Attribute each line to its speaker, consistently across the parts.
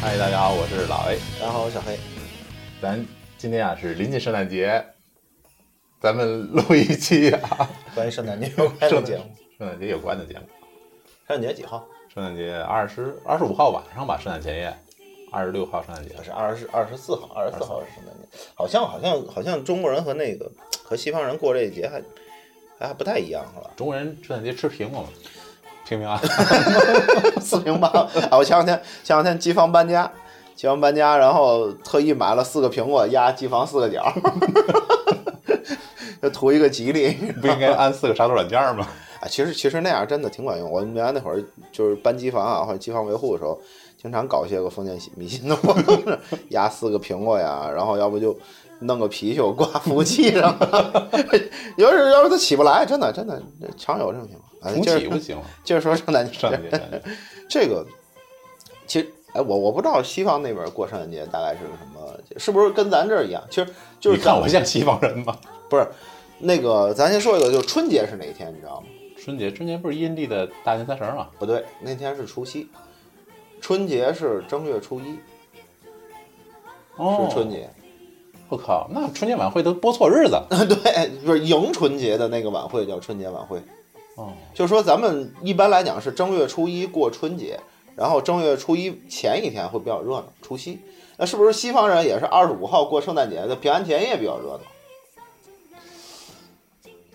Speaker 1: 嗨，大家好，我是老 A。
Speaker 2: 大家好，我小黑。
Speaker 1: 咱今天啊是临近圣诞节，咱们录一期啊
Speaker 2: 关于圣诞节有关的节目，
Speaker 1: 圣诞节有关的节目。
Speaker 2: 圣诞节几号？
Speaker 1: 圣诞节二十二十五号晚上吧，圣诞前夜，二十六号圣诞节
Speaker 2: 不。是二十二十四号，二十四号是圣诞节。好像好像好像中国人和那个和西方人过这节还还不太一样，是吧？
Speaker 1: 中国人圣诞节吃苹果吗？平平安安。
Speaker 2: 四平八稳啊！我前两天前两天机房搬家，机房搬家，然后特意买了四个苹果压机房四个角，就图一个吉利。
Speaker 1: 不应该安四个杀毒软件 吗？
Speaker 2: 啊，其实其实那样真的挺管用。我们原来那会儿就是搬机房啊，或者机房维护的时候，经常搞一些个封建迷信的活动， 压四个苹果呀，然后要不就弄个貔貅挂服务器上， 有时候要是它起不来，真的真的常有这种情况。啊
Speaker 1: 重
Speaker 2: 接
Speaker 1: 启
Speaker 2: 着
Speaker 1: 不行吗？
Speaker 2: 接着说圣诞节
Speaker 1: 圣，诞节圣 诞节
Speaker 2: 这个其实哎，我我不知道西方那边过圣诞节大概是个什么，是不是跟咱这儿一样？其实就是
Speaker 1: 你看
Speaker 2: 咱
Speaker 1: 我像西方人吗？
Speaker 2: 不是那个，咱先说一个，就是春节是哪一天，你知道吗？
Speaker 1: 春节春节不是阴历的大年三十吗？
Speaker 2: 不对，那天是除夕，春节是正月初一，
Speaker 1: 哦，
Speaker 2: 是春。节。
Speaker 1: 我靠，那春节晚会都播错日子。
Speaker 2: 对，就是迎春节的那个晚会叫春节晚会。
Speaker 1: 哦，
Speaker 2: 就是说，咱们一般来讲是正月初一过春节，然后正月初一前一天会比较热闹，除夕。那是不是西方人也是二十五号过圣诞节的，平安前夜比较热闹？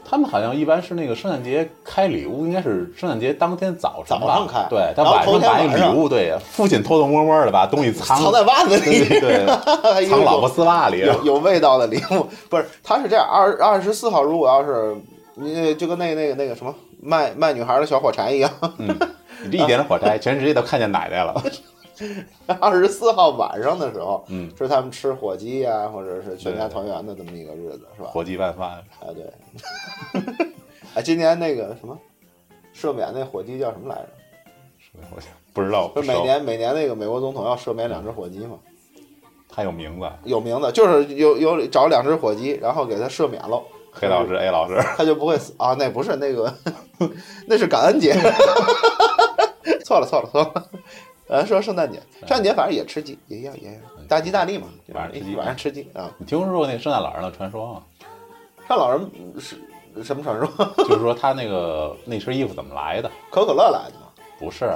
Speaker 1: 他们好像一般是那个圣诞节开礼物，应该是圣诞节当天早晨吧
Speaker 2: 早上开
Speaker 1: 对他
Speaker 2: 然后
Speaker 1: 晚上
Speaker 2: 头天
Speaker 1: 把那
Speaker 2: 晚
Speaker 1: 个
Speaker 2: 上
Speaker 1: 礼物，对父亲偷偷摸摸的把东西藏
Speaker 2: 藏在袜子
Speaker 1: 对
Speaker 2: 里，啊
Speaker 1: 对 对，藏老婆丝袜里。
Speaker 2: 有有味道的礼物，不是，他是这样，二二十四号如果要是你就跟那个那个那个什么卖卖女孩的小火柴一样，
Speaker 1: 你这一点的火柴，全世界都看见奶奶了。
Speaker 2: 二十四号晚上的时候，
Speaker 1: 嗯，
Speaker 2: 是他们吃火鸡呀、或者是全家团圆的这么一个日子，是吧？
Speaker 1: 火鸡拌饭，
Speaker 2: 啊，对。 啊，今年那个什么，赦免那火鸡叫什么来着？
Speaker 1: 我不知道，
Speaker 2: 就
Speaker 1: 不
Speaker 2: 是每
Speaker 1: 熟，
Speaker 2: 年每年那个美国总统要赦免两只火鸡嘛，
Speaker 1: 他有名字。
Speaker 2: 有名字，就是有有找两只火鸡，然后给它赦免喽，
Speaker 1: 黑老师，A 老 师，
Speaker 2: 它就不会死啊。那不是那个， 那是感恩节。 错了错了错了，咱说圣诞节，圣诞节反正也吃鸡，也一样也一样，大吉大利嘛，就是
Speaker 1: 哎晚上吃鸡
Speaker 2: 晚上吃鸡啊。
Speaker 1: 你听说过那圣诞老人的传说吗？
Speaker 2: 上老人嗯是什么传说？
Speaker 1: 就是说他那个 那身衣服怎么来的？
Speaker 2: 可口可乐来的吗？
Speaker 1: 不是，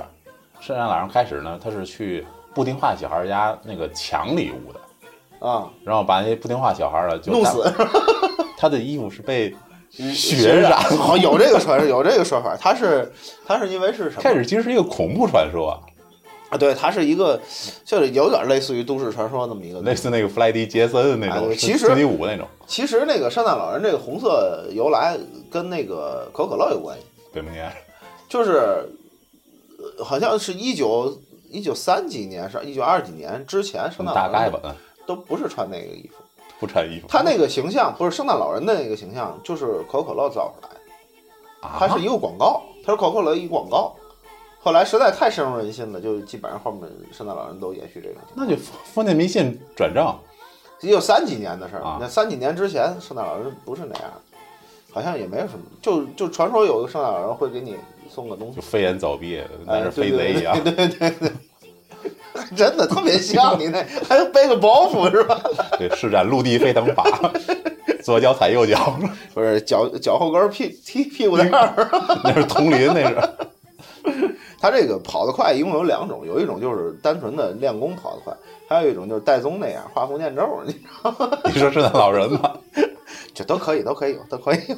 Speaker 1: 圣诞老人开始呢，他是去不听话小孩家那个抢礼物的，
Speaker 2: 啊，
Speaker 1: 然后把那些不听话小孩了就
Speaker 2: 弄
Speaker 1: 带
Speaker 2: 死
Speaker 1: 他的衣服是被血染。
Speaker 2: 好，有这个传说，有这个说法，它是它是因为是什
Speaker 1: 开
Speaker 2: 么
Speaker 1: 始其实是一个恐怖传说，
Speaker 2: 啊？对，它是一个就是有点类似于都市传说那么一个。
Speaker 1: 类似那个弗莱迪·杰森那
Speaker 2: 哎
Speaker 1: 种，
Speaker 2: 对其实
Speaker 1: 星期五那种，
Speaker 2: 其实那个圣诞老人这个红色由来跟那个可口可乐有关系，
Speaker 1: 北梦年
Speaker 2: 就是呃好像是一九一九三几年，是一九二几年之前，圣诞
Speaker 1: 大
Speaker 2: 老
Speaker 1: 概
Speaker 2: 人
Speaker 1: 吧，嗯
Speaker 2: 都不是穿那个衣服。
Speaker 1: 不穿衣服。
Speaker 2: 他那个形象不是圣诞老人的那个形象，就是可口可乐造出来的。
Speaker 1: 啊
Speaker 2: 它是一个广告，它是可口可乐一广告。后来实在太深入人心了，就基本上后面圣诞老人都延续这种。
Speaker 1: 那就封封建迷信转正，
Speaker 2: 也有三几年的事儿
Speaker 1: 啊，
Speaker 2: 那三几年之前圣诞老人不是那样的，好像也没有什么，就就传说有个圣诞老人会给你送个东西
Speaker 1: 就，飞檐走壁，
Speaker 2: 哎
Speaker 1: 那是飞贼一样。
Speaker 2: 对对对对对，真的特别像你那，还背个包袱是吧？
Speaker 1: 对，施展陆地飞腾法，左脚踩右脚，
Speaker 2: 不是脚脚后跟儿屁踢屁股蛋儿，
Speaker 1: 那是铜林，那是。
Speaker 2: 他这个跑得快一共有两种，有一种就是单纯的练功跑得快，还有一种就是戴宗那样画符念咒儿，你
Speaker 1: 你说圣诞老人吗？
Speaker 2: 这都可以，都可以有，都可以 有。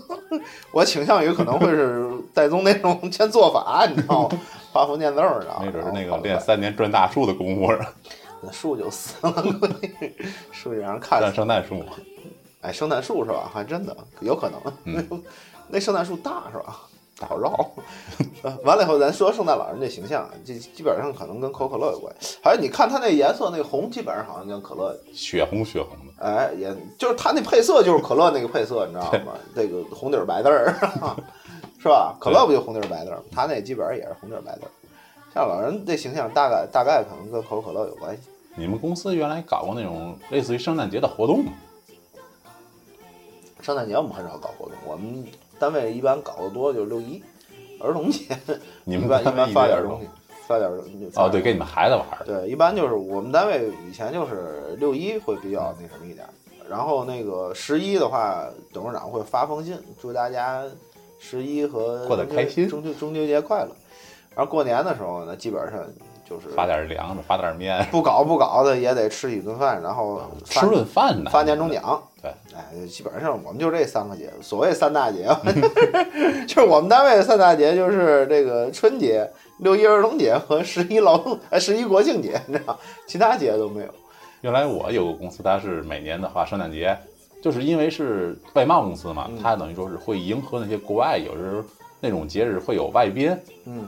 Speaker 2: 我倾向于可能会是 戴宗那种先做法，你知道吗？ 画符念字儿，然后
Speaker 1: 没准是那
Speaker 2: 然
Speaker 1: 个
Speaker 2: 后
Speaker 1: 练三年赚大树的功夫，
Speaker 2: 哎那树就死了， 估计树就让人看
Speaker 1: 赚
Speaker 2: 死。
Speaker 1: 圣诞树。
Speaker 2: 哎，圣诞树是吧？还真的有可能。
Speaker 1: 嗯
Speaker 2: 那圣诞树大是吧？好绕。 呃完了以后，咱说圣诞老人这形象，这基本上可能跟可口可乐有关系。还有，你看它那颜色，那个红基本上好像跟可乐
Speaker 1: 血红血红的，
Speaker 2: 哎，也就是它那配色就是可乐那个配色，你知道 吗？这个红底儿白字儿， 是吧？可乐不就红底儿白字儿吗？它那基本上也是红底儿白字儿。像老人这形象，大概大概可能跟可口可乐有关系。
Speaker 1: 你们公司原来搞过那种类似于圣诞节的活动吗？
Speaker 2: 圣诞节我们很少搞活动，我们单位一般搞得多就是六一儿童节，
Speaker 1: 你
Speaker 2: 一
Speaker 1: 们
Speaker 2: 般一
Speaker 1: 单位
Speaker 2: 般
Speaker 1: 一
Speaker 2: 发
Speaker 1: 般
Speaker 2: 点
Speaker 1: 儿
Speaker 2: 东西。撒点儿
Speaker 1: 哦，对，给你们孩子玩儿。
Speaker 2: 对，一般就是我们单位以前就是六一会比较那什么一点儿，然后那个十一的话，董事长会发封信，祝大家十一和
Speaker 1: 过得开心
Speaker 2: 中秋中秋节快乐。然后过年的时候呢，基本上就是
Speaker 1: 发点儿粮的，发点儿面，
Speaker 2: 不搞不搞的也得吃几顿饭，然后
Speaker 1: 嗯吃顿饭呢。
Speaker 2: 发年终奖。
Speaker 1: 对，
Speaker 2: 哎，基本上我们就这三个节，所谓三大节， 就是我们单位的三大节，就是这个春节、六一儿童节和十一劳动呃十一国庆节，你知道，其他节都没有。
Speaker 1: 原来我有个公司，它是每年的话，圣诞节就是因为是外贸公司嘛
Speaker 2: 嗯，
Speaker 1: 它等于说是会迎合那些国外，有时候那种节日会有外宾，
Speaker 2: 嗯，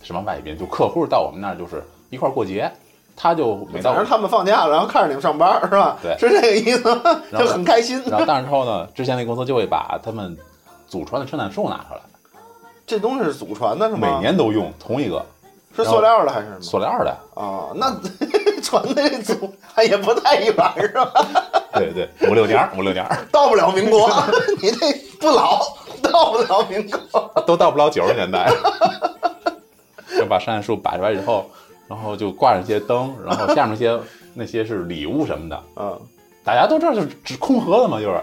Speaker 1: 什么外宾，就客户到我们那儿就是一块儿过节，他就每到
Speaker 2: 反正他们放假了，然后看着你们上班，是吧？
Speaker 1: 对
Speaker 2: 是这个意思吗，
Speaker 1: 然后
Speaker 2: 就很开心。
Speaker 1: 然后当然之后呢，之前那公司就会把他们祖传的圣诞树拿出来，
Speaker 2: 这东西是祖传的是吗？
Speaker 1: 每年都用同一个
Speaker 2: 是塑料的还是什么？
Speaker 1: 塑料 的，
Speaker 2: 啊，那传的这祖哎也不太一般是吧？
Speaker 1: 对对，五六年儿五六年儿
Speaker 2: 到不了民国， 你这不老，到不了民国。
Speaker 1: 都到不了九十年代， 就把圣诞树摆出来以后，然后就挂上一些灯，然后下面一些那些是礼物什么的，
Speaker 2: 嗯，
Speaker 1: 大家都知道就是只空盒子嘛，就是，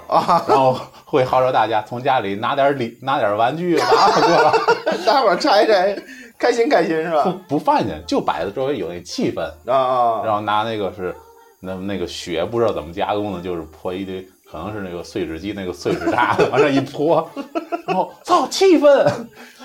Speaker 1: 然后会号召大家从家里拿点礼拿点玩具娃娃过来，
Speaker 2: 大伙儿拆一拆，开心开心 是
Speaker 1: 不
Speaker 2: 吧？
Speaker 1: 不放进，就摆在周围有那气氛，
Speaker 2: 啊啊，
Speaker 1: 然后拿那个是那那个雪，不知道怎么加工的，就是泼一堆，可能是那个碎纸机那个碎纸渣子往上一泼，然后造气氛。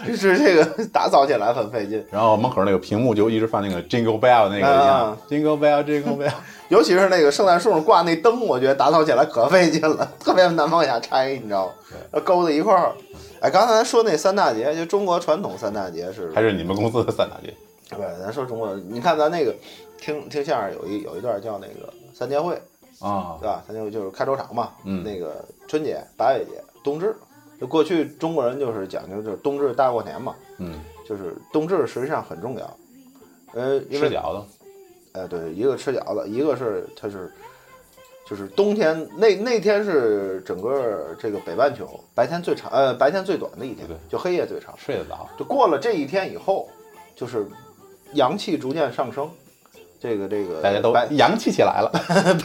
Speaker 2: 就是这个打扫起来很费劲，
Speaker 1: 然后门口那个屏幕就一直放那个 Jingle Bell 那个
Speaker 2: 啊
Speaker 1: 一样，Jingle Bell Jingle Bell，
Speaker 2: 尤其是那个圣诞树上挂那灯，我觉得打扫起来可费劲了，特别难往下拆，你知道吗？要勾在一块儿。哎，刚才说那三大节，就中国传统三大节是，
Speaker 1: 还是你们公司的三大节
Speaker 2: 对，咱说中国，你看咱那个听听相声有一有一段叫那个三节会，
Speaker 1: 啊
Speaker 2: 对？吧？咱就就是开州场嘛，
Speaker 1: 嗯
Speaker 2: 那个春节、八月节、冬至，就过去中国人就是讲究就是冬至大过年嘛，
Speaker 1: 嗯，
Speaker 2: 就是冬至实际上很重要。呃，因
Speaker 1: 吃
Speaker 2: 为
Speaker 1: 饺子，
Speaker 2: 哎，对，一个吃饺子，一个是它是，就是冬天那那天是整个这个北半球白天最长，呃，白天最短的一天
Speaker 1: 对，
Speaker 2: 就黑夜最长。
Speaker 1: 睡得早，
Speaker 2: 就过了这一天以后，就是阳气逐渐上升，这个这个
Speaker 1: 大家都
Speaker 2: 白
Speaker 1: 洋气起来了。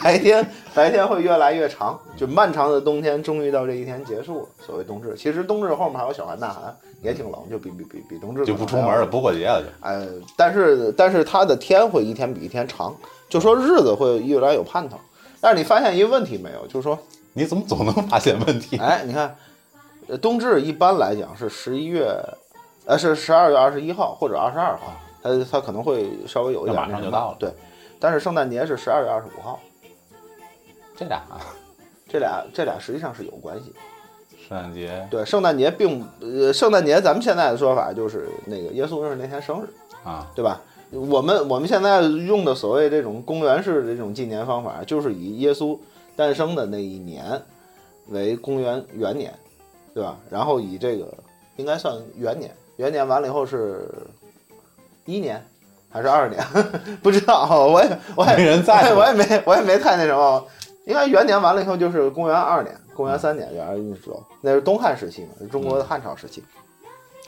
Speaker 2: 白天白天会越来越长，就漫长的冬天终于到这一天结束了。所谓冬至，其实冬至后面还有小寒大寒，也挺冷，就比比比比冬至
Speaker 1: 就不
Speaker 2: 可能
Speaker 1: 出
Speaker 2: 还要
Speaker 1: 门了，不过节了就。
Speaker 2: 呃，但是但是它的天会一天比一天长，就说日子会越来越有盼头。但是你发现一个问题没有，就是说，
Speaker 1: 你怎么总能发现问题？
Speaker 2: 哎，你看，呃冬至一般来讲是十一月，呃，是十二月二十一号或者二十二号，它它可能会稍微有一点
Speaker 1: 那马
Speaker 2: 那
Speaker 1: 上
Speaker 2: 什
Speaker 1: 就
Speaker 2: 么
Speaker 1: 到了
Speaker 2: 对，但是圣诞节是十二月二十五号，
Speaker 1: 这俩啊
Speaker 2: 这俩这俩实际上是有关系的。
Speaker 1: 圣诞节
Speaker 2: 对，圣诞节并呃，圣诞节咱们现在的说法就是那个耶稣是那天生日。
Speaker 1: 啊，
Speaker 2: 对吧？我们我们现在用的所谓这种公元式的这种纪年方法，就是以耶稣诞生的那一年为公元元年，对吧？然后以这个应该算元年，元年完了以后是一年还是二年， 不知道，我也我也
Speaker 1: 没人在乎
Speaker 2: 我也没我也没太那什么，应该元年完了以后就是公元二年、公元三年，元二运走，那是东汉时期嘛，是中国的汉朝时期。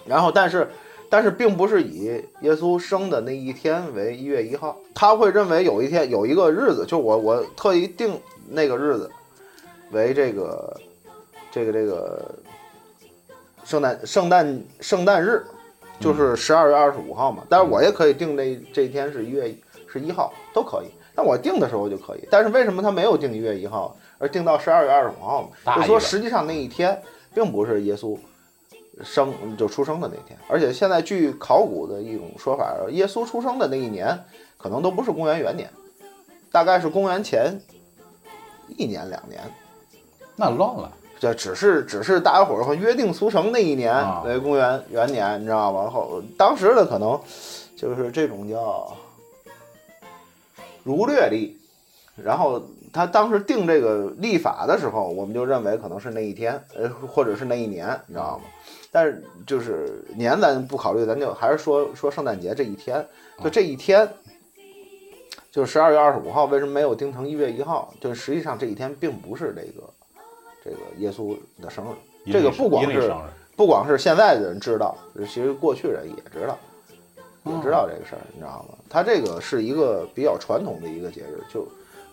Speaker 2: 然后，但是但是并不是以耶稣生的那一天为一月一号，他会认为有一天有一个日子，就我我特意定那个日子为这个这个这个圣诞圣诞圣诞日，就是十二月二十五号嘛。但是我也可以定这这一天是一月是一号，都可以。但我定的时候就可以。但是为什么他没有定一月一号，而定到十二月二十五号嘛？
Speaker 1: 大
Speaker 2: 就
Speaker 1: 意
Speaker 2: 说
Speaker 1: 了
Speaker 2: 实际上那一天并不是耶稣生就出生的那天，而且现在据考古的一种说法，耶稣出生的那一年可能都不是公元元年，大概是公元前一年两年。
Speaker 1: 那乱了。
Speaker 2: 这只是只是大家伙儿会约定俗成那一年
Speaker 1: 啊
Speaker 2: 为公元元年，你知道吗？后当时的可能就是这种叫儒略历，然后他当时定这个历法的时候，我们就认为可能是那一天，呃，或者是那一年，你知道吗？但是就是年咱不考虑，咱就还是说说圣诞节这一天，就这一天，就是十二月二十五号，为什么没有定成一月一号？就是实际上这一天并不是这个这个耶稣的生日，这个不光
Speaker 1: 阴历
Speaker 2: 是
Speaker 1: 生日，
Speaker 2: 不光是现在的人知道，其实过去人也知道。
Speaker 1: 哦
Speaker 2: 我知道这个事儿，你知道吗？它这个是一个比较传统的一个节日，就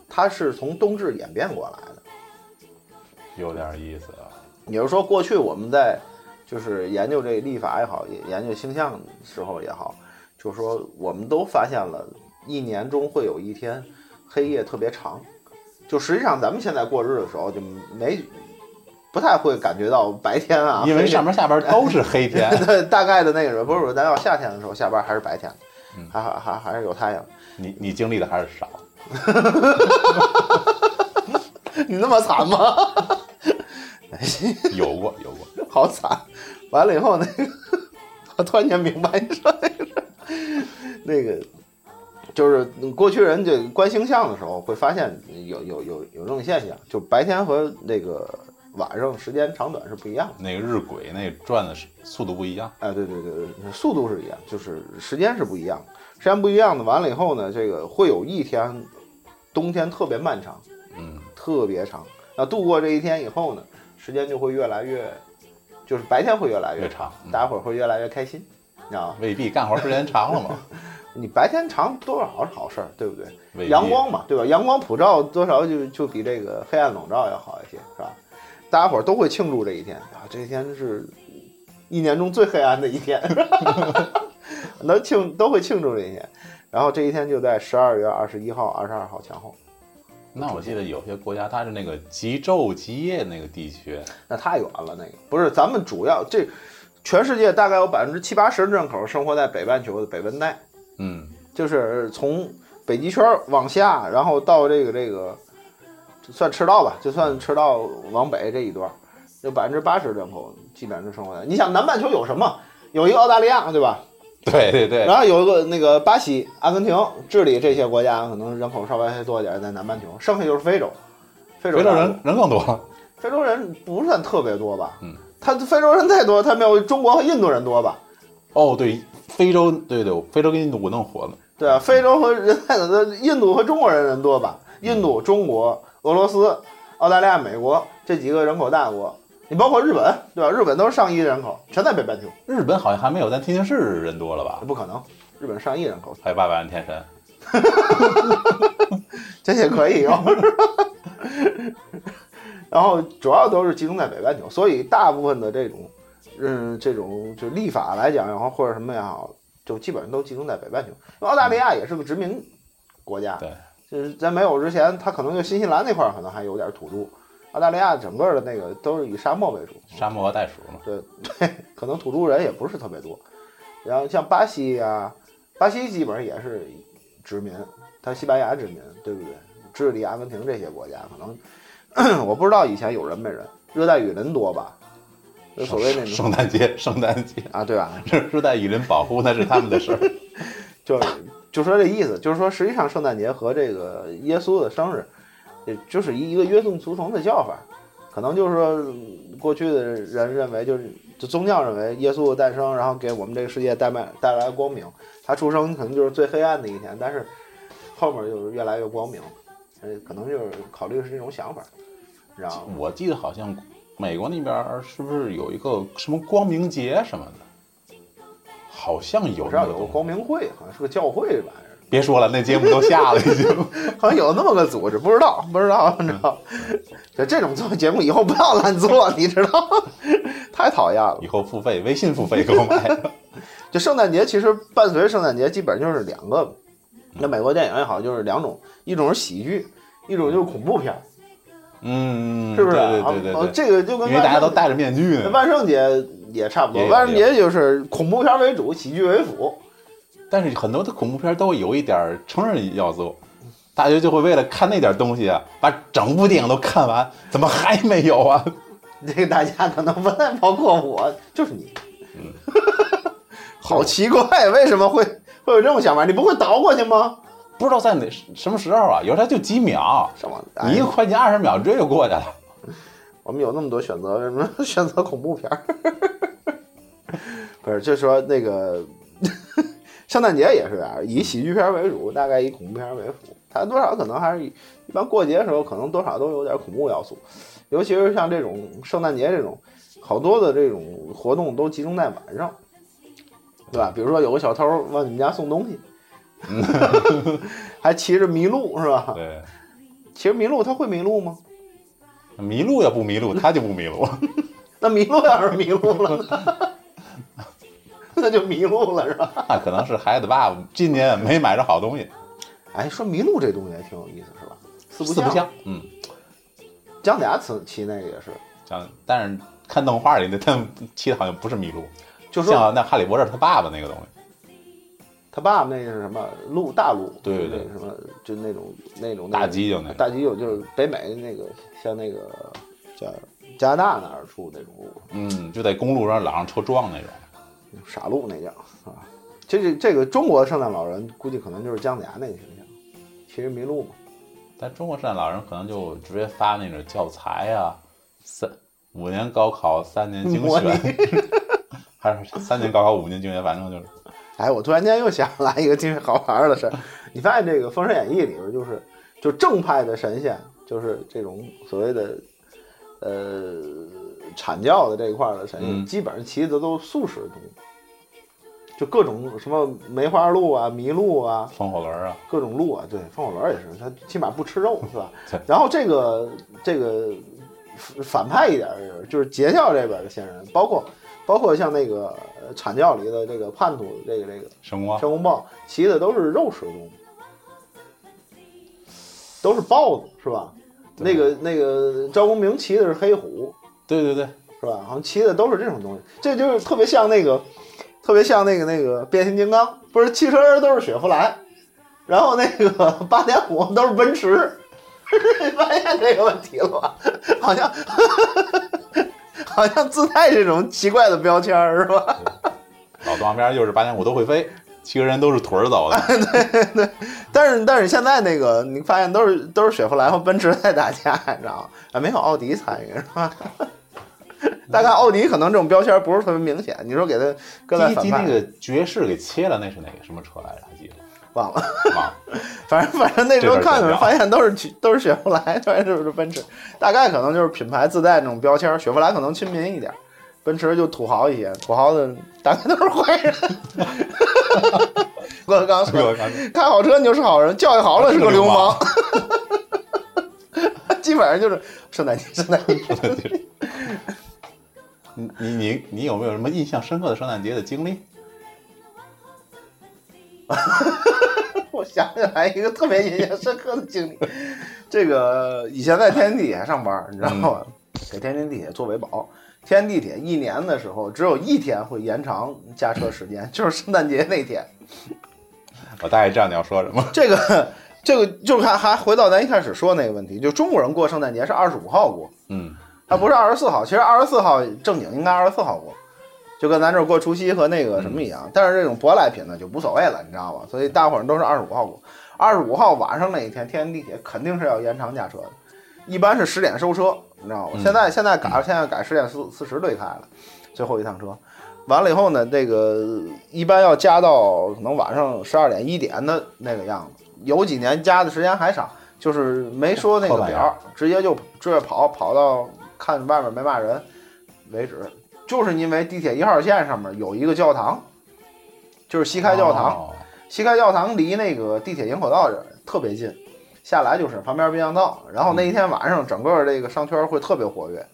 Speaker 2: 它是从冬至演变过来的。
Speaker 1: 嗯有点意思啊。
Speaker 2: 也就是说，过去我们在就是研究这个历法也好，也研究星象的时候也好，就是说我们都发现了，一年中会有一天黑夜特别长。就实际上咱们现在过日子的时候，就没不太会感觉到白天啊，
Speaker 1: 因为上班
Speaker 2: 面，
Speaker 1: 下班都是黑天
Speaker 2: 对 大概的那个，不是咱要夏天的时候下班还是白天
Speaker 1: 嗯，
Speaker 2: 还还还还是有太阳。
Speaker 1: 你你经历的还是少。
Speaker 2: 你那么惨吗？
Speaker 1: 有过有过，
Speaker 2: 好惨！完了以后，那个我突然间明白你说那个那个，就是过去人这观星象的时候会发现有有有有这种现象，就白天和那个晚上时间长短是不一样的。
Speaker 1: 那个日晷那转的速度不一样，
Speaker 2: 哎，对对对对，速度是一样，就是时间是不一样，时间不一样的。完了以后呢，这个会有一天冬天特别漫长，
Speaker 1: 嗯，
Speaker 2: 特别长。那度过这一天以后呢，时间就会越来越，就是白天会越来
Speaker 1: 越
Speaker 2: 越
Speaker 1: 长，嗯
Speaker 2: 大家伙儿会越来越开心，你知道吗？
Speaker 1: 未必干活时间长了 嘛，
Speaker 2: 你白天长多少是好事儿，对不对？
Speaker 1: 未必
Speaker 2: 阳光嘛，对吧？阳光普照多少就就比这个黑暗笼罩要好一些，是吧？大家伙儿都会庆祝这一天啊，这一天是一年中最黑暗的一天， 能庆都会庆祝这一天。然后这一天就在十二月二十一号、二十二号前后。
Speaker 1: 那我记得有些国家它是那个极昼极夜那个地区，
Speaker 2: 那太远了，那个不是咱们主要这，全世界大概有百分之七八十的人口生活在北半球的北温带，
Speaker 1: 嗯，
Speaker 2: 就是从北极圈儿往下，然后到这个这个，就算赤道吧，就算赤道往北这一段儿，有百分之八十人口基本上就生活在。你想南半球有什么？有一个澳大利亚，对吧？
Speaker 1: 对对对，
Speaker 2: 然后有一个那个巴西、阿根廷、智利这些国家，可能人口稍微还多一点，在南半球，剩下就是非洲，非洲
Speaker 1: 非洲
Speaker 2: 大陆
Speaker 1: 人人更多了，
Speaker 2: 非洲人不算特别多吧？
Speaker 1: 嗯，
Speaker 2: 他非洲人再多，他没有中国和印度人多吧？
Speaker 1: 哦对，非洲对对，非洲跟印度能火呢，
Speaker 2: 对啊，非洲和人太多，印度和中国人人多吧？印度、中国、俄罗斯、澳大利亚、美国这几个人口大国，你包括日本，对吧？日本都是上亿人口，全在北半球，
Speaker 1: 日本好像还没有咱天津市人多了吧？
Speaker 2: 不可能。日本上亿人口，
Speaker 1: 还有八百万天神，
Speaker 2: 这些可以有。 然后主要都是集中在北半球，所以大部分的这种，嗯，这种就立法来讲，然后或者什么也好，就基本上都集中在北半球。因为澳大利亚也是个殖民国家，
Speaker 1: 对，
Speaker 2: 就是在没有之前，它可能就新西兰那块儿可能还有点土著，澳大利亚整个的那个都是以沙漠为主，
Speaker 1: 沙漠和袋鼠嘛，
Speaker 2: 可能土著人也不是特别多。然后像巴西呀、巴西基本上也是殖民，它西班牙殖民，对不对？智利、阿根廷这些国家，可能 我不知道以前有人没人，热带雨林多吧？就所谓那种
Speaker 1: 圣诞节圣诞节，
Speaker 2: 啊，对吧？
Speaker 1: 这热带雨林保护那是他们的事儿，
Speaker 2: 就就说这意思，就是说实际上圣诞节和这个耶稣的生日，也就是一一个约定俗成的叫法，可能就是说嗯过去的人认为就是就宗教认为耶稣的诞生，然后给我们这个世界带来带来光明，他出生可能就是最黑暗的一天，但是后面就是越来越光明，呃，可能就是考虑是这种想法，你知道吗？
Speaker 1: 我记得好像美国那边儿是不是有一个什么光明节什么的，好像有
Speaker 2: 我知
Speaker 1: 那
Speaker 2: 道
Speaker 1: 个
Speaker 2: 有个
Speaker 1: 东西
Speaker 2: 光明会，好像是个教会吧，
Speaker 1: 别说了，那节目都下了已经。
Speaker 2: 好像有那么个组织，不知道，不知道，
Speaker 1: 嗯
Speaker 2: 你知道？就这种做节目以后不要乱做，你知道？ 太讨厌了
Speaker 1: 以。后付费，微信付费给我买。
Speaker 2: 就圣诞节，其实伴随圣诞节，基本就是两个，那美国电影也好，就是两种，一种是喜剧，一种就是恐怖片儿，
Speaker 1: 嗯，
Speaker 2: 是不是？
Speaker 1: 对
Speaker 2: 啊
Speaker 1: 对对
Speaker 2: 哦
Speaker 1: 对对，
Speaker 2: 这个就跟
Speaker 1: 因为大家都
Speaker 2: 万圣
Speaker 1: 戴着面具呢。
Speaker 2: 万圣节也差不多，
Speaker 1: 也有
Speaker 2: 万圣节就是恐怖片儿为主，喜剧为辅。
Speaker 1: 但是很多的恐怖片都有一点儿成人要素，大家就会为了看那点东西啊，把整部电影都看完，怎么还没有啊？
Speaker 2: 这个大家可能不太包括我，就是你。
Speaker 1: 嗯
Speaker 2: 好奇怪，为什么会会有这种想法？你不会倒过去吗？
Speaker 1: 不知道在哪什么时候啊？有时候它就几秒，
Speaker 2: 什么？哎
Speaker 1: 你一个快进二十秒，直接就过去了。
Speaker 2: 我们有那么多选择，为什么要选择恐怖片儿？ 不是，就说那个圣诞节也是这样，以喜剧片为主，大概以恐怖片为辅。它多少可能还是以一般过节的时候，可能多少都有点恐怖要素，尤其是像这种圣诞节这种，好多的这种活动都集中在晚上。对吧？比如说有个小偷往你们家送东西，还骑着麋鹿是吧？
Speaker 1: 对，
Speaker 2: 骑着麋鹿他会迷路吗？
Speaker 1: 迷路也不迷路，他就不迷 路。
Speaker 2: 那麋鹿要是迷路了 呢，那就迷路了是吧？
Speaker 1: 那可能是孩子爸爸今年没买着好东西，
Speaker 2: 哎，说麋鹿这东西也挺有意思是吧？四不
Speaker 1: 四不像。嗯，
Speaker 2: 姜子牙骑骑那个也是，
Speaker 1: 像但是看动画里那他们骑的好像不是麋鹿，
Speaker 2: 就说
Speaker 1: 像那哈利波特他爸爸那个东西。
Speaker 2: 他爸爸那是什么鹿大鹿，
Speaker 1: 对对
Speaker 2: 那
Speaker 1: 对
Speaker 2: 个什么就那种那种
Speaker 1: 大
Speaker 2: 鸡
Speaker 1: 鸡就那个，
Speaker 2: 大鸡有就是北美那个像那个叫加拿大那儿出那种鹿，
Speaker 1: 嗯，就在公路上老让车撞那种。
Speaker 2: 傻鹿那叫啊。这这这个中国圣诞老人估计可能就是姜子牙那个形象，骑着麋鹿嘛。
Speaker 1: 但中国圣诞老人可能就直接发那种教材啊，三五年高考三年精
Speaker 2: 模拟
Speaker 1: 选， 还是三年高考五年精选，反正就是
Speaker 2: 哎，我突然间又想来一个挺好玩 的事儿。你发现这个《封神演义》里边，就是就正派的神仙，就是这种所谓的呃阐教的这一块儿的神仙，
Speaker 1: 嗯
Speaker 2: 基本上骑的都是素食动物，就各种什么梅花鹿啊、麋鹿啊，
Speaker 1: 风火轮啊，
Speaker 2: 各种鹿啊。对，风火轮也是，它起码不吃肉，是吧
Speaker 1: 对？
Speaker 2: 然后这个这个反反派一点儿就是就是截教这边的仙人，包括包括像那个呃阐教里的这个叛徒，这个这个。
Speaker 1: 神光
Speaker 2: 申公豹骑的都是肉食动物，都是豹子是吧？
Speaker 1: 对
Speaker 2: 那个那个赵公明骑的是黑虎
Speaker 1: 对对对，
Speaker 2: 是吧？好像骑的都是这种东西，这就是特别像那个，特别像那个那个变形金刚，不是汽车人都是雪佛兰，然后那个 八点五都是奔驰， 你发现这个问题了吧？好像 好像自带这种奇怪的标签儿是吧？
Speaker 1: 老东边又是八点五都会飞，七个人都是腿儿走 的，
Speaker 2: 但是但是现在那个你发现都是都是雪佛兰和奔驰在打架， 你知道吗？啊，没有奥迪参与是吧？ 大概奥迪可能这种标签不是特别明显，你说给它搁在
Speaker 1: 第一
Speaker 2: 反
Speaker 1: 集
Speaker 2: 派、
Speaker 1: 那个爵士给切了，那是哪个什么车来着？还记得吗？
Speaker 2: 忘了，
Speaker 1: 忘了。
Speaker 2: 反正反正那时候
Speaker 1: 这段
Speaker 2: 看
Speaker 1: 剪
Speaker 2: 看
Speaker 1: 掉
Speaker 2: 发现都是都是雪佛兰，都是是奔驰，大概可能就是品牌自带这种标签，雪佛兰可能亲民一点，奔驰就土豪一些，土豪的大概都是坏人。 郭德纲说的开好车你就是好人，教育好了是个流氓。 基本上就是圣诞节，圣诞节
Speaker 1: 你你你你有没有什么印象深刻的圣诞节的经历？
Speaker 2: 我想起来一个特别印象深刻的经历。这个以前在天津地铁上班，你知道吗？给天津地铁做维保。天津地铁一年的时候只有一天会延长驾车时间，就是圣诞节那天。
Speaker 1: 我大概知道你要说什么。
Speaker 2: 这个这个就还还回到咱一开始说那个问题，就中国人过圣诞节是二十五号过，
Speaker 1: 嗯，
Speaker 2: 它不是二十四号，其实二十四号正经应该二十四号过，就跟咱这儿过除夕和那个什
Speaker 1: 嗯
Speaker 2: 么一样。但是这种舶来品呢就无所谓了，你知道吗？所以大伙儿都是二十五号过。二十五号晚上那一天，天津地铁肯定是要延长驾车的，一般是十点收车，你知道吗？
Speaker 1: 嗯
Speaker 2: 现在现在改现在改十点四四十对开了，最后一趟车。完了以后呢，这个一般要加到可能晚上十二点一点的那个样子，有几年加的时间还少，就是没说那个
Speaker 1: 后半夜
Speaker 2: 表儿，直接就追着跑，跑到看外面没骂人为止。就是因为地铁一号线上面有一个教堂，就是西开教堂，
Speaker 1: 哦
Speaker 2: 西开教堂离那个地铁营口道这儿特别近，下来就是旁边滨江道。然后那一天晚上，整个这个商圈会特别活跃。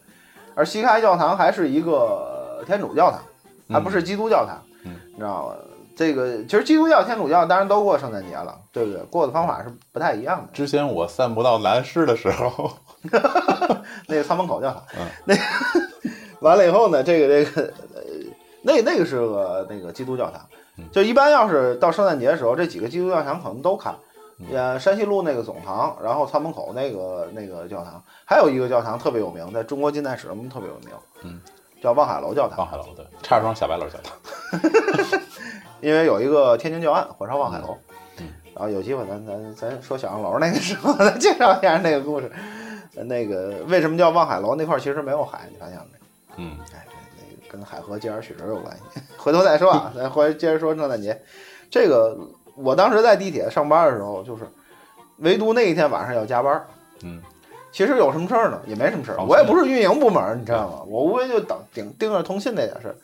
Speaker 2: 而西开教堂还是一个天主教堂，还不是基督教堂，
Speaker 1: 嗯
Speaker 2: 你知道吗？这个其实基督教、天主教当然都过圣诞节了，对不对？过的方法是不太一样的。
Speaker 1: 之前我散步到南师的时候，
Speaker 2: 那个仓门口教堂，
Speaker 1: 嗯
Speaker 2: 那完了以后呢，这个这个呃，那那个是个那个基督教堂
Speaker 1: 嗯，
Speaker 2: 就一般要是到圣诞节的时候，这几个基督教堂可能都开
Speaker 1: 嗯。
Speaker 2: 呃，山西路那个总堂，然后仓门口那个那个教堂，还有一个教堂特别有名，在中国近代史上特别有名，
Speaker 1: 嗯，
Speaker 2: 叫望海楼教堂，
Speaker 1: 望海楼对，叉双小白楼教堂，
Speaker 2: 因为有一个天津教案火烧望海楼，
Speaker 1: 嗯
Speaker 2: 然后有机会咱咱咱说小洋楼那个时候，咱介绍一下那个故事。呃那个为什么叫望海楼？那块儿其实没有海，你发现了没？
Speaker 1: 嗯，
Speaker 2: 哎，对，那个跟海河接耳取直有关系。 回头再说啊，咱回接着说圣诞节。这个我当时在地铁上班的时候，就是唯独那一天晚上要加班。
Speaker 1: 嗯，
Speaker 2: 其实有什么事儿呢？也没什么事儿，
Speaker 1: 放松
Speaker 2: 我也不是运营部门儿，你知道吗？我无非就等顶盯着通信那点事儿。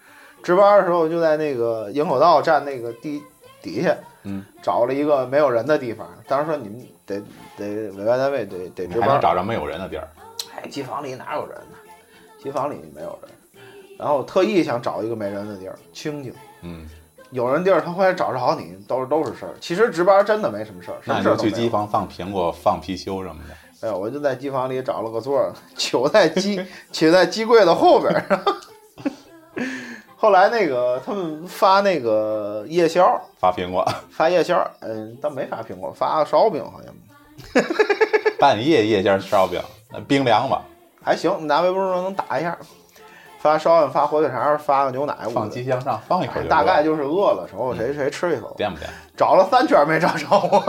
Speaker 2: 值班的时候就在那个营口道站那个地底下，
Speaker 1: 嗯，
Speaker 2: 找了一个没有人的地方。当时说你们得得委外单位得得值
Speaker 1: 还能
Speaker 2: 班，
Speaker 1: 找着没有人的地儿，
Speaker 2: 哎，机房里哪有人呢？机房里没有人。然后我特意想找一个没人的地儿，清静。
Speaker 1: 嗯，
Speaker 2: 有人地儿，他会找着你，都是都是事儿。其实值班真的没什么事儿，什
Speaker 1: 那
Speaker 2: 么
Speaker 1: 你
Speaker 2: 事儿
Speaker 1: 就
Speaker 2: 都
Speaker 1: 去
Speaker 2: 没
Speaker 1: 机
Speaker 2: 有。
Speaker 1: 房放苹果、放貔貅什么的。
Speaker 2: 哎呦，我就在机房里找了个座儿，糗在机糗在机柜的后边儿。 后来那个他们发那个夜宵，
Speaker 1: 发苹果，
Speaker 2: 发夜宵，嗯，但没发苹果，发个烧饼好像
Speaker 1: 半夜夜间烧饼，那冰凉吧，
Speaker 2: 还行，拿微波炉能打一下。发烧饼，发火腿肠，发个牛奶，捂
Speaker 1: 放
Speaker 2: 着
Speaker 1: 鸡向上放一口就
Speaker 2: 哎
Speaker 1: 热
Speaker 2: 大概就是饿了，瞅瞅谁谁吃一口。
Speaker 1: 点不点？
Speaker 2: 找了三圈没找着我，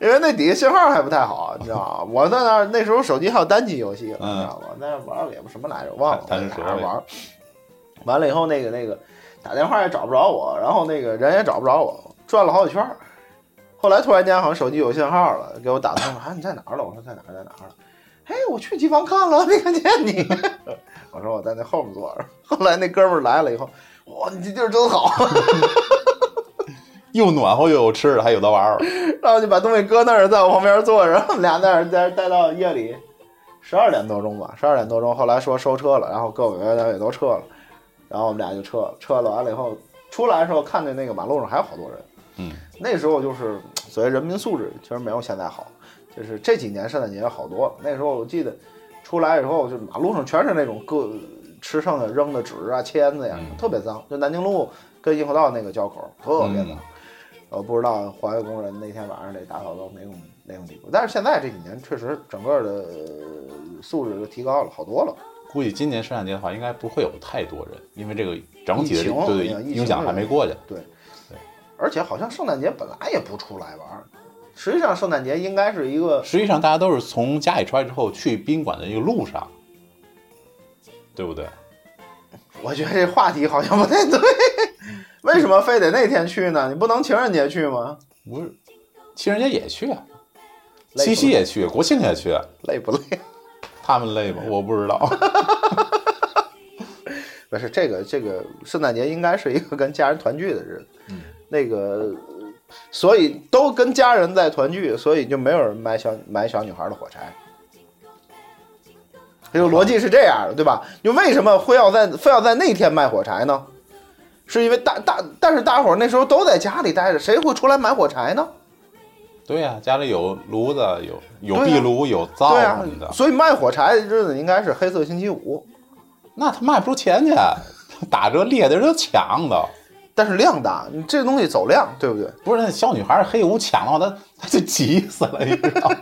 Speaker 2: 因为那底下信号还不太好，你知道吗？我在那儿那时候手机还有单机游戏了，
Speaker 1: 嗯
Speaker 2: 你知道吗？那玩儿也不什么来着，忘了，
Speaker 1: 贪
Speaker 2: 在
Speaker 1: 贪吃
Speaker 2: 哪
Speaker 1: 蛇
Speaker 2: 儿
Speaker 1: 呗
Speaker 2: 玩儿。完了以后，那个那个打电话也找不着我，然后那个人也找不着我，转了好几圈儿。后来突然间好像手机有信号了，给我打通了，啊你在哪儿了？我说在哪儿在哪儿了。哎，我去机房看了，没看见你。 我说我在那后面坐着。后来那哥们儿来了以后，哇，你这地儿真好。
Speaker 1: 又暖和又有吃的，还有的玩儿。
Speaker 2: 然后就把东西搁那儿，在我旁边坐着，我们俩在那儿在那儿待到夜里十二点多钟吧，十二点多钟，后来说收车了，然后各委员单位都撤了，然后我们俩就撤了，撤了完了以后出来的时候，看见那个马路上还有好多人，
Speaker 1: 嗯，
Speaker 2: 那时候就是所谓人民素质其实没有现在好，就是这几年圣诞节好多了，那时候我记得出来以后，就马路上全是那种各吃剩的扔的纸啊、签子呀、
Speaker 1: 嗯
Speaker 2: 特别脏，就南京路跟营口道那个交口特别脏。
Speaker 1: 嗯
Speaker 2: 我不知道环卫工人那天晚上得打扫到哪种哪种地步，但是现在这几年确实整个的呃素质就提高了好多了。
Speaker 1: 估计今年圣诞节的话，应该不会有太多人，因为这个整体的
Speaker 2: 疫情
Speaker 1: 对
Speaker 2: 哎呀疫情
Speaker 1: 影响还没过去。
Speaker 2: 而且好像圣诞节本来也不出来玩儿，实际上圣诞节应该是一个
Speaker 1: 实际上，大家都是从家里出来之后去宾馆的一个路上，对不对？
Speaker 2: 我觉得这话题好像不太对， 为什么非得那天去呢？你不能情人节去吗？
Speaker 1: 不是，情人节也去，
Speaker 2: 累
Speaker 1: 七夕
Speaker 2: 不累
Speaker 1: 也去，国庆也去，
Speaker 2: 累不累？
Speaker 1: 他们累吗？我不知道。
Speaker 2: 不是这个这个圣诞节应该是一个跟家人团聚的日子，
Speaker 3: 嗯
Speaker 2: 那个所以都跟家人在团聚，所以就没有人买小买小女孩的火柴。这个逻辑是这样的，对吧？就为什么会要在非要在那天卖火柴呢？是因为大大，但是大伙儿那时候都在家里待着，谁会出来买火柴呢？
Speaker 1: 对呀、家里有炉子，有有
Speaker 2: 对呀
Speaker 1: 壁炉，有灶
Speaker 2: 对
Speaker 1: 什么的，
Speaker 2: 啊，所以卖火柴的日子应该是黑色星期五，
Speaker 1: 那他卖不出钱去，打折裂的人都抢的。
Speaker 2: 但是量大，你这东西走量，对不对？
Speaker 1: 不是那小女孩儿黑屋抢到她，她就急死了，你知道吗？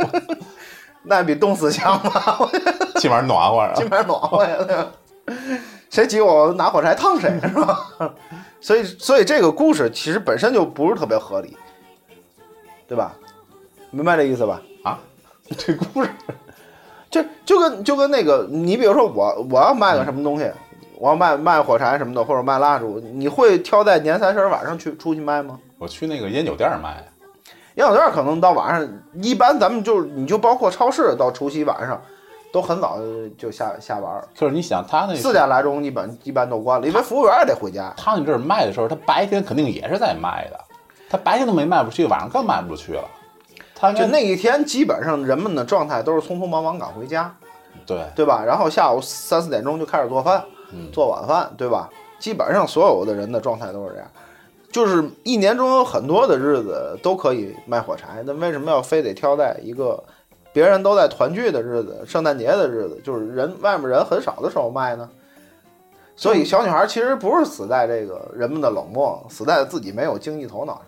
Speaker 2: 那比冻死强吧？
Speaker 1: 起码暖和啊着
Speaker 2: 金。牌暖和呀，对吧？谁挤我，我拿火柴烫谁，是吧？ 所以，所以这个故事其实本身就不是特别合理，对吧？明白这意思吧？
Speaker 1: 啊，
Speaker 2: 这故事就就跟就跟那个，你比如说我我要卖个什么东西，我要卖卖火柴什么的，或者卖蜡烛，你会挑在年三十晚上去出去卖吗？
Speaker 1: 我去那个烟酒店儿卖，
Speaker 2: 烟酒店可能到晚上，一般咱们就你就包括超市，到除夕晚上都很早就下下班了。
Speaker 1: 可是你想他那
Speaker 2: 四点来钟一般一般都关了，因为服务员也得回家。
Speaker 1: 他那这儿卖的时候，他白天肯定也是在卖的，他白天都没卖出去，晚上更卖不出去了。他应该
Speaker 2: 就那一天，基本上人们的状态都是匆匆忙忙赶回家，
Speaker 1: 对，
Speaker 2: 对吧？然后下午三四点钟就开始做饭，
Speaker 1: 嗯，
Speaker 2: 做晚饭，对吧？基本上所有的人的状态都是这样，就是一年中有很多的日子都可以卖火柴，那为什么要非得挑在一个别人都在团聚的日子，圣诞节的日子，就是人外面人很少的时候卖呢？所以小女孩其实不是死在这个人们的冷漠，死在自己没有经济头脑上。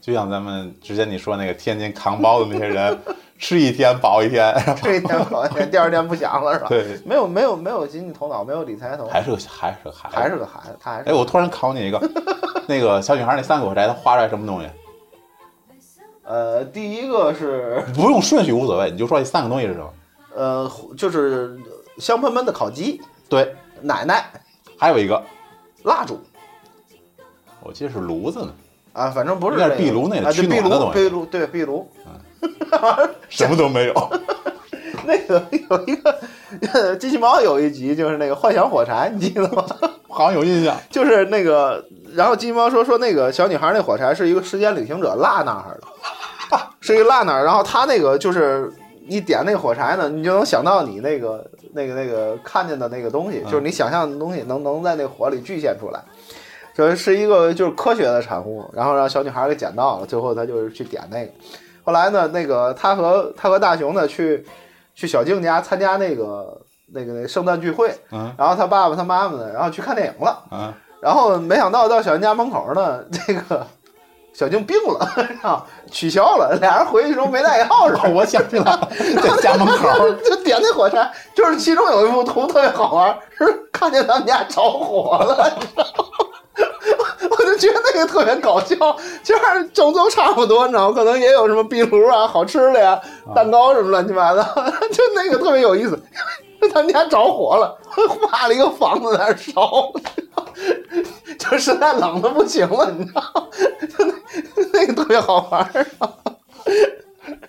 Speaker 1: 就像咱们之前你说那个天津扛包的那些 人，吃一天饱一天，
Speaker 2: 这一天好像第二天不想了是吧？
Speaker 1: 对，
Speaker 2: 没有没有没有经济头脑，没有理财头脑，
Speaker 1: 还是个还是个孩子。
Speaker 2: 还是个孩子，他还是
Speaker 1: 哎，我突然考你一 个，那个小女孩那三个火柴，她画出来什么东西？
Speaker 2: 呃，第一个是
Speaker 1: 不用顺序无所谓，你就说这三个东西是什么？
Speaker 2: 呃，就是香喷喷的烤鸡，
Speaker 1: 对，
Speaker 2: 奶奶
Speaker 1: 还有一个，
Speaker 2: 蜡烛
Speaker 1: 我记得是炉子呢，
Speaker 2: 啊，反正不是
Speaker 1: 有点
Speaker 2: 这个
Speaker 1: 壁炉那个
Speaker 2: 啊，对
Speaker 1: 取
Speaker 2: 壁
Speaker 1: 暖的
Speaker 2: 炉
Speaker 1: 东
Speaker 2: 壁
Speaker 1: 西，
Speaker 2: 炉对壁炉
Speaker 1: 什么都没有。
Speaker 2: 呃那个有一个机器猫有一集就是那个幻想火柴，你记得吗？
Speaker 1: 好像有印象。
Speaker 2: 就是那个，然后金毛说说那个小女孩那火柴是一个时间旅行者落那儿了， 是一个落那儿，然后他那个就是一点那个火柴呢，你就能想到你那个那个那个看见的那个东西，
Speaker 1: 嗯
Speaker 2: 就是你想象的东西能能在那火里具现出来。这是一个就是科学的产物，然后让小女孩给捡到了，最后她就是去点那个。后来呢，那个她和她和大雄呢去去小静家参加那个那个那个圣诞聚会，
Speaker 1: 嗯
Speaker 2: 然后他爸爸他妈妈呢，然后去看电影了。
Speaker 1: 嗯，
Speaker 2: 然后没想到到小静家门口呢，这个小静病了， 然后取消了。俩人回去的时候没带钥 匙，
Speaker 1: 我想起来了， 在家门口 儿，
Speaker 2: 就点那火柴，就是其中有一幅图特别好玩，是看见咱们家着火了，你知道吗？ 我就觉得那个特别搞笑，就是郑州差不多，你知道吗？可能也有什么壁炉啊、好吃的呀、蛋糕什么乱七八糟， 就那个特别有意思。 咱们家着火了，画了一个房子在那儿烧， 就实在冷的不行了，你知道吗？ 就那那个特别好玩儿。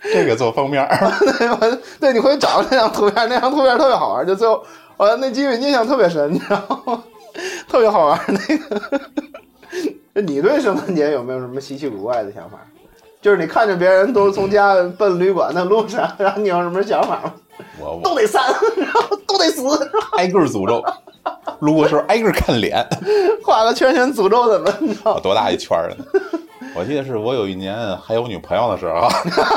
Speaker 1: 这个做封面儿，
Speaker 2: 对，我对你回去找那张图片，那张图片特别好玩，就最后我那机会印象特别深，你知道吗？ 特别好玩那个。 就你对圣诞节有没有什么稀奇古怪的想法？就是你看着别人都从家奔旅馆的路上，然后你有什么想法吗？
Speaker 1: 我我
Speaker 2: 都得散， 然后都得死，
Speaker 1: 挨个儿诅咒，路过时候挨个儿看脸，
Speaker 2: 画个圈圈诅咒他们，你知道吗？
Speaker 1: 我多大一圈儿呢？我记得是我有一年还有女朋友的时候，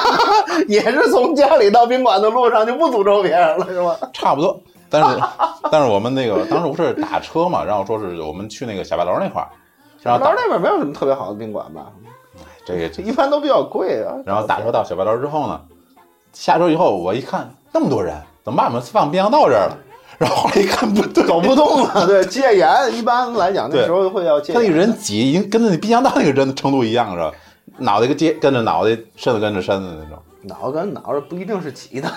Speaker 2: 也是从家里到宾馆的路上就不诅咒别人了，是吧？
Speaker 1: 差不多。但是但是我们那个当时不是打车嘛，然后说是我们去那个小白楼那块儿，然
Speaker 2: 老
Speaker 1: 后打
Speaker 2: 那边没有什么特别好的宾馆吧？
Speaker 1: 这个
Speaker 2: 一般都比较贵啊。
Speaker 1: 然后打车到小白楼之后呢，下车以后我一看那么多人，怎么把我们放滨江道这儿了？然后后来一看不 对，
Speaker 2: 走不动了，对，戒严，一般来讲那时候会要戒
Speaker 1: 他那个
Speaker 2: 严。
Speaker 1: 人挤已经跟那滨江道那个人的程度一样了，脑袋跟接跟着脑袋，身子跟着身子那种。
Speaker 2: 脑跟脑不一定是齐的，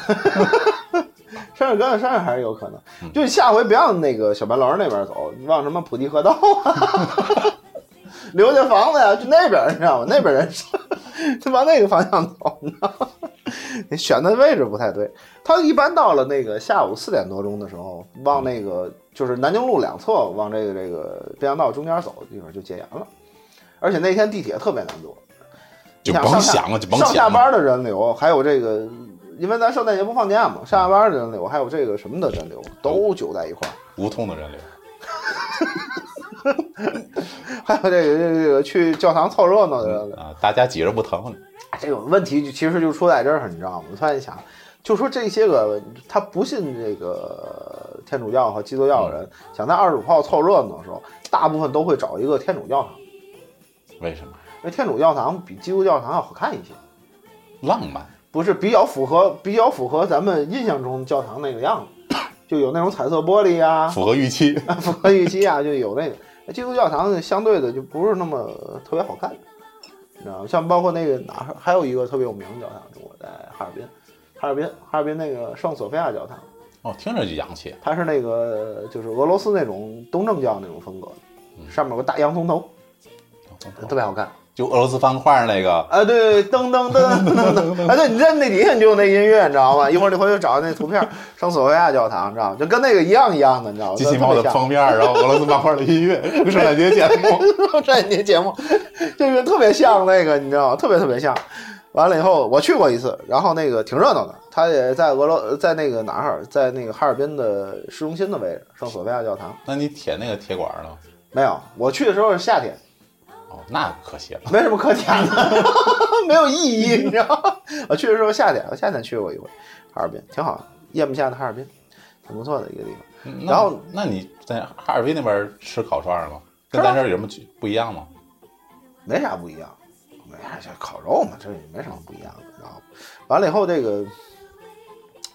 Speaker 2: 甚至跟上还是有可能。就下回别往那个小白楼那边走，你往什么普济河道啊，刘家房子呀、去那边，你知道吗？那边人少，就往那个方向走，你知道吗？你选的位置不太对。他一般到了那个下午四点多钟的时候，往那个就是南京路两侧往这个这个滨江道中间走的地方就戒严了，而且那天地铁特别难坐，
Speaker 1: 就
Speaker 2: 你
Speaker 1: 甭
Speaker 2: 上下
Speaker 1: 想了就甭
Speaker 2: 上下
Speaker 1: 想了
Speaker 2: 班的人流，还有这个，因为咱圣诞节不放假嘛，上下班的人流，还有这个什么的人流，都揪在一块儿，
Speaker 1: 无痛的人流。
Speaker 2: 还有这个这个这个去教堂凑热闹的人流，
Speaker 1: 啊，大家挤着不疼，
Speaker 2: 这个问题就其实就出在这儿，你知道吗？我突然想，就说这些个他不信这个天主教和基督教的人，想在二十五号凑热闹的时候，大部分都会找一个天主教堂，
Speaker 1: 为什么？
Speaker 2: 因为天主教堂比基督教堂要好看一些，
Speaker 1: 浪漫，
Speaker 2: 不是比较符合比较符合咱们印象中教堂那个样子， 就有那种彩色玻璃 啊，
Speaker 1: 符合预期。
Speaker 2: 符合预期啊，就有那个基督教堂相对的就不是那么呃特别好看，你知道吗？像包括那个哪儿还有一个特别有名的教堂，中国在哈尔滨，哈尔滨哈尔滨那个圣索菲亚教堂，
Speaker 1: 哦，听着就洋气。
Speaker 2: 它是那个就是俄罗斯那种东正教那种风格，上面有个大洋葱头，特别好看。
Speaker 1: 就俄罗斯方块那个，
Speaker 2: 啊，对，噔 噔噔噔噔，啊，对，你在那底下你就有那音乐，你知道吗？一会儿你回去找那图片，圣索菲亚教堂，你知道吗？就跟那个一样一样的，你知道吗？
Speaker 1: 机器猫的
Speaker 2: 特别像
Speaker 1: 封面，然后俄罗斯方块的音乐，圣诞节节目。
Speaker 2: 这你节目，就是特别像那个，你知道吗？特别特别像。完了以后，我去过一次，然后那个挺热闹的。他也在俄罗，在那个哪儿，在那个哈尔滨的市中心的位置，圣索菲亚教堂。
Speaker 1: 那你舔那个铁管呢？
Speaker 2: 没有，我去的时候是夏天，
Speaker 1: 哦，那可惜了。
Speaker 2: 没什么可舔的， 没有意义，你知道吗？我去的时候夏天，我夏天去过一回哈尔滨，挺好，夜幕下的哈尔滨，挺不错的一个地方。
Speaker 1: 嗯
Speaker 2: 然后
Speaker 1: 那，那你在哈尔滨那边吃烤串儿吗？
Speaker 2: 吃
Speaker 1: 跟
Speaker 2: 啊
Speaker 1: 咱这儿有什么区不一样吗？
Speaker 2: 没啥不一样，没啥，这烤肉嘛，这也没啥不一样的，你知道吗？完了以后，这个，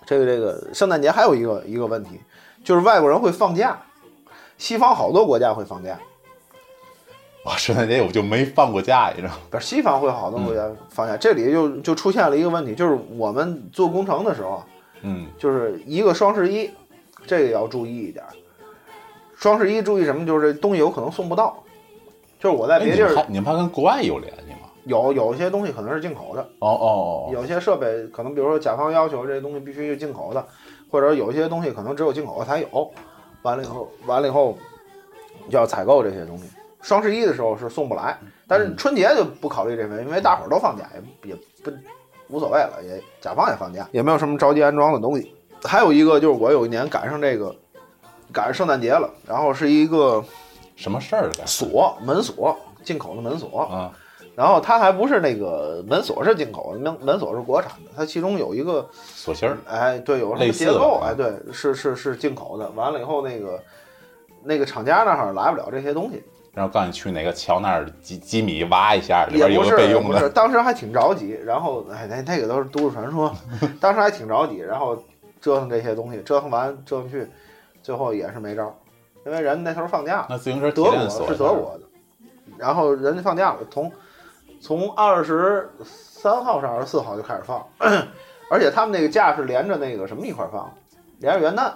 Speaker 2: 这个这个圣诞节还有一个一个问题，就是外国人会放假，西方好多国家会放假，
Speaker 1: 我圣诞节我就没放过假，你知道吗？
Speaker 2: 不是西方会好多国家放假，这里就就出现了一个问题，就是我们做工程的时候啊，
Speaker 1: 嗯，
Speaker 2: 就是一个双十一，这个要注意一点儿。双十一注意什么？就是这东西有可能送不到，就是我在
Speaker 1: 哎
Speaker 2: 别
Speaker 1: 你
Speaker 2: 地
Speaker 1: 们
Speaker 2: 儿
Speaker 1: 还你们还跟国外有联系吗？
Speaker 2: 有有些东西可能是进口的。
Speaker 1: 哦哦哦，
Speaker 2: 有些设备可能，比如说甲方要求这东西必须是进口的，或者有些东西可能只有进口才有。完了以后，完了以后，就要采购这些东西。双十一的时候是送不来，但是春节就不考虑这个，因为大伙儿都放假，也也不无所谓了，也甲方也放假，嗯也没有什么着急安装的东西。还有一个就是我有一年赶上这个，赶上圣诞节了，然后是一个
Speaker 1: 什么事儿的
Speaker 2: 锁门锁进口的门锁，
Speaker 1: 啊？
Speaker 2: 然后它还不是那个门锁是进口的，门门锁是国产的，它其中有一个
Speaker 1: 锁芯儿
Speaker 2: 哎，对，有什
Speaker 1: 类
Speaker 2: 么
Speaker 1: 似
Speaker 2: 结构？
Speaker 1: 的
Speaker 2: 哎，对，是是是进口的。完了以后，那个那个厂家那儿来不了这些东西，
Speaker 1: 然后告诉你去哪个桥那儿几几米挖一下，里
Speaker 2: 也
Speaker 1: 边
Speaker 2: 不
Speaker 1: 有
Speaker 2: 是
Speaker 1: 个备
Speaker 2: 也
Speaker 1: 用
Speaker 2: 不是。
Speaker 1: 的。
Speaker 2: 当时还挺着急，然后哎，那那个都是都市传说，当时还挺着急，然后哎折腾这些东西，折腾完折腾去，最后也是没招儿，因为人那头儿放假了。
Speaker 1: 那自行车提
Speaker 2: 德
Speaker 1: 炼
Speaker 2: 国
Speaker 1: 锁
Speaker 2: 是德国的，然后人家放假了，从从二十三号是二十四号就开始放， 而且他们那个假是连着那个什么一块儿放，连着元旦，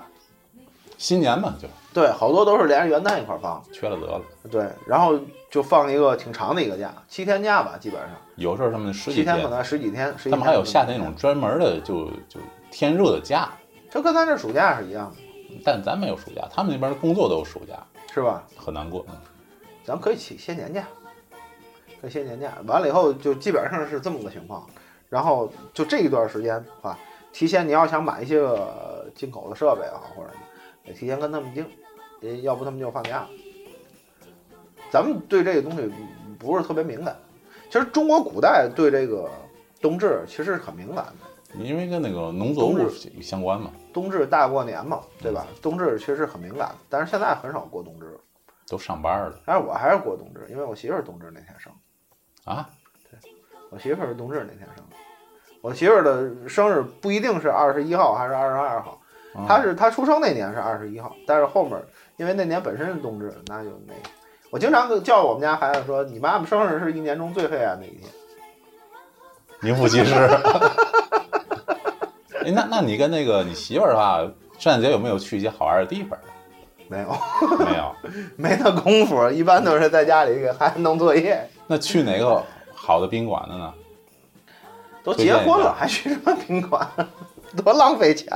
Speaker 1: 新年嘛，就
Speaker 2: 对，好多都是连着元旦一块儿放，
Speaker 1: 缺了得了。
Speaker 2: 对，然后就放一个挺长的一个假，七天假吧，基本上
Speaker 1: 有时候他们十
Speaker 2: 七
Speaker 1: 几
Speaker 2: 天可能十几天，十
Speaker 1: 他
Speaker 2: 一天
Speaker 1: 们还有
Speaker 2: 可能
Speaker 1: 夏天那种，专门的就就天热的假，
Speaker 2: 就跟咱这暑假是一样的，
Speaker 1: 但咱没有暑假，他们那边工作都有暑假，
Speaker 2: 是吧？
Speaker 1: 很难过。嗯
Speaker 2: 咱可以请歇年假，可以歇年假。完了以后就基本上是这么个情况。然后就这一段时间啊，提前你要想买一些个进口的设备啊，或者得提前跟他们订，也要不他们就放假了。咱们对这个东西不是特别敏感，其实中国古代对这个冬至其实是很敏感的。
Speaker 1: 因为跟那个农作物相关嘛，
Speaker 2: 冬至大过年嘛，对吧？冬至其实很敏感，但是现在很少过冬至了。
Speaker 1: 都上班了
Speaker 2: 但是我还是过冬至，因为我媳妇儿冬至那天生。
Speaker 1: 啊，
Speaker 2: 我媳妇儿是冬至那天生的，我媳妇儿的生日不一定是二十一号还是二十二号，
Speaker 1: 嗯
Speaker 2: 她是她出生那年是二十一号，但是后面儿因为那年本身是冬至，那就那个。我经常叫我们家孩子说：“你妈妈生日是一年中最黑暗的一天。
Speaker 1: 名副 其实。哎，那那你跟那个你媳妇儿的话，圣诞节有没有去一些好玩的地方？”
Speaker 2: 没有，
Speaker 1: 没有。
Speaker 2: 没那功夫，一般都是在家里给孩子弄作业。
Speaker 1: 那去哪个好的宾馆的呢？
Speaker 2: 都结婚了，还去什么宾馆？ 多浪费钱！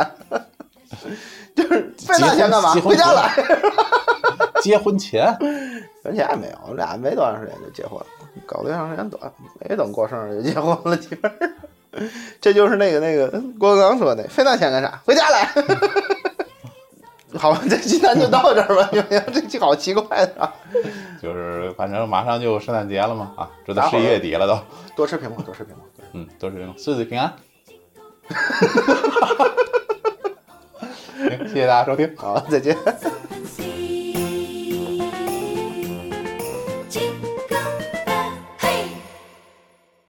Speaker 2: 就是费那钱干嘛？
Speaker 1: 结婚
Speaker 2: 回家来。
Speaker 1: 结婚前
Speaker 2: 而且也没有，我们俩没多长时间就结婚了，搞对象时间短，没等过生日就结婚了，基本上。这就是那个那个郭德纲说的，费那钱干啥？回家来。 好吧，这期咱就到这儿吧，因为这期好奇怪啊！
Speaker 1: 就是，反正马上就圣诞节了嘛，啊，这都
Speaker 2: 打
Speaker 1: 十
Speaker 2: 会儿
Speaker 1: 一月底了都，
Speaker 2: 多吃苹果，多吃苹果。对
Speaker 1: 嗯，都是岁岁平安。 行谢谢大家收听。
Speaker 2: 好，再见。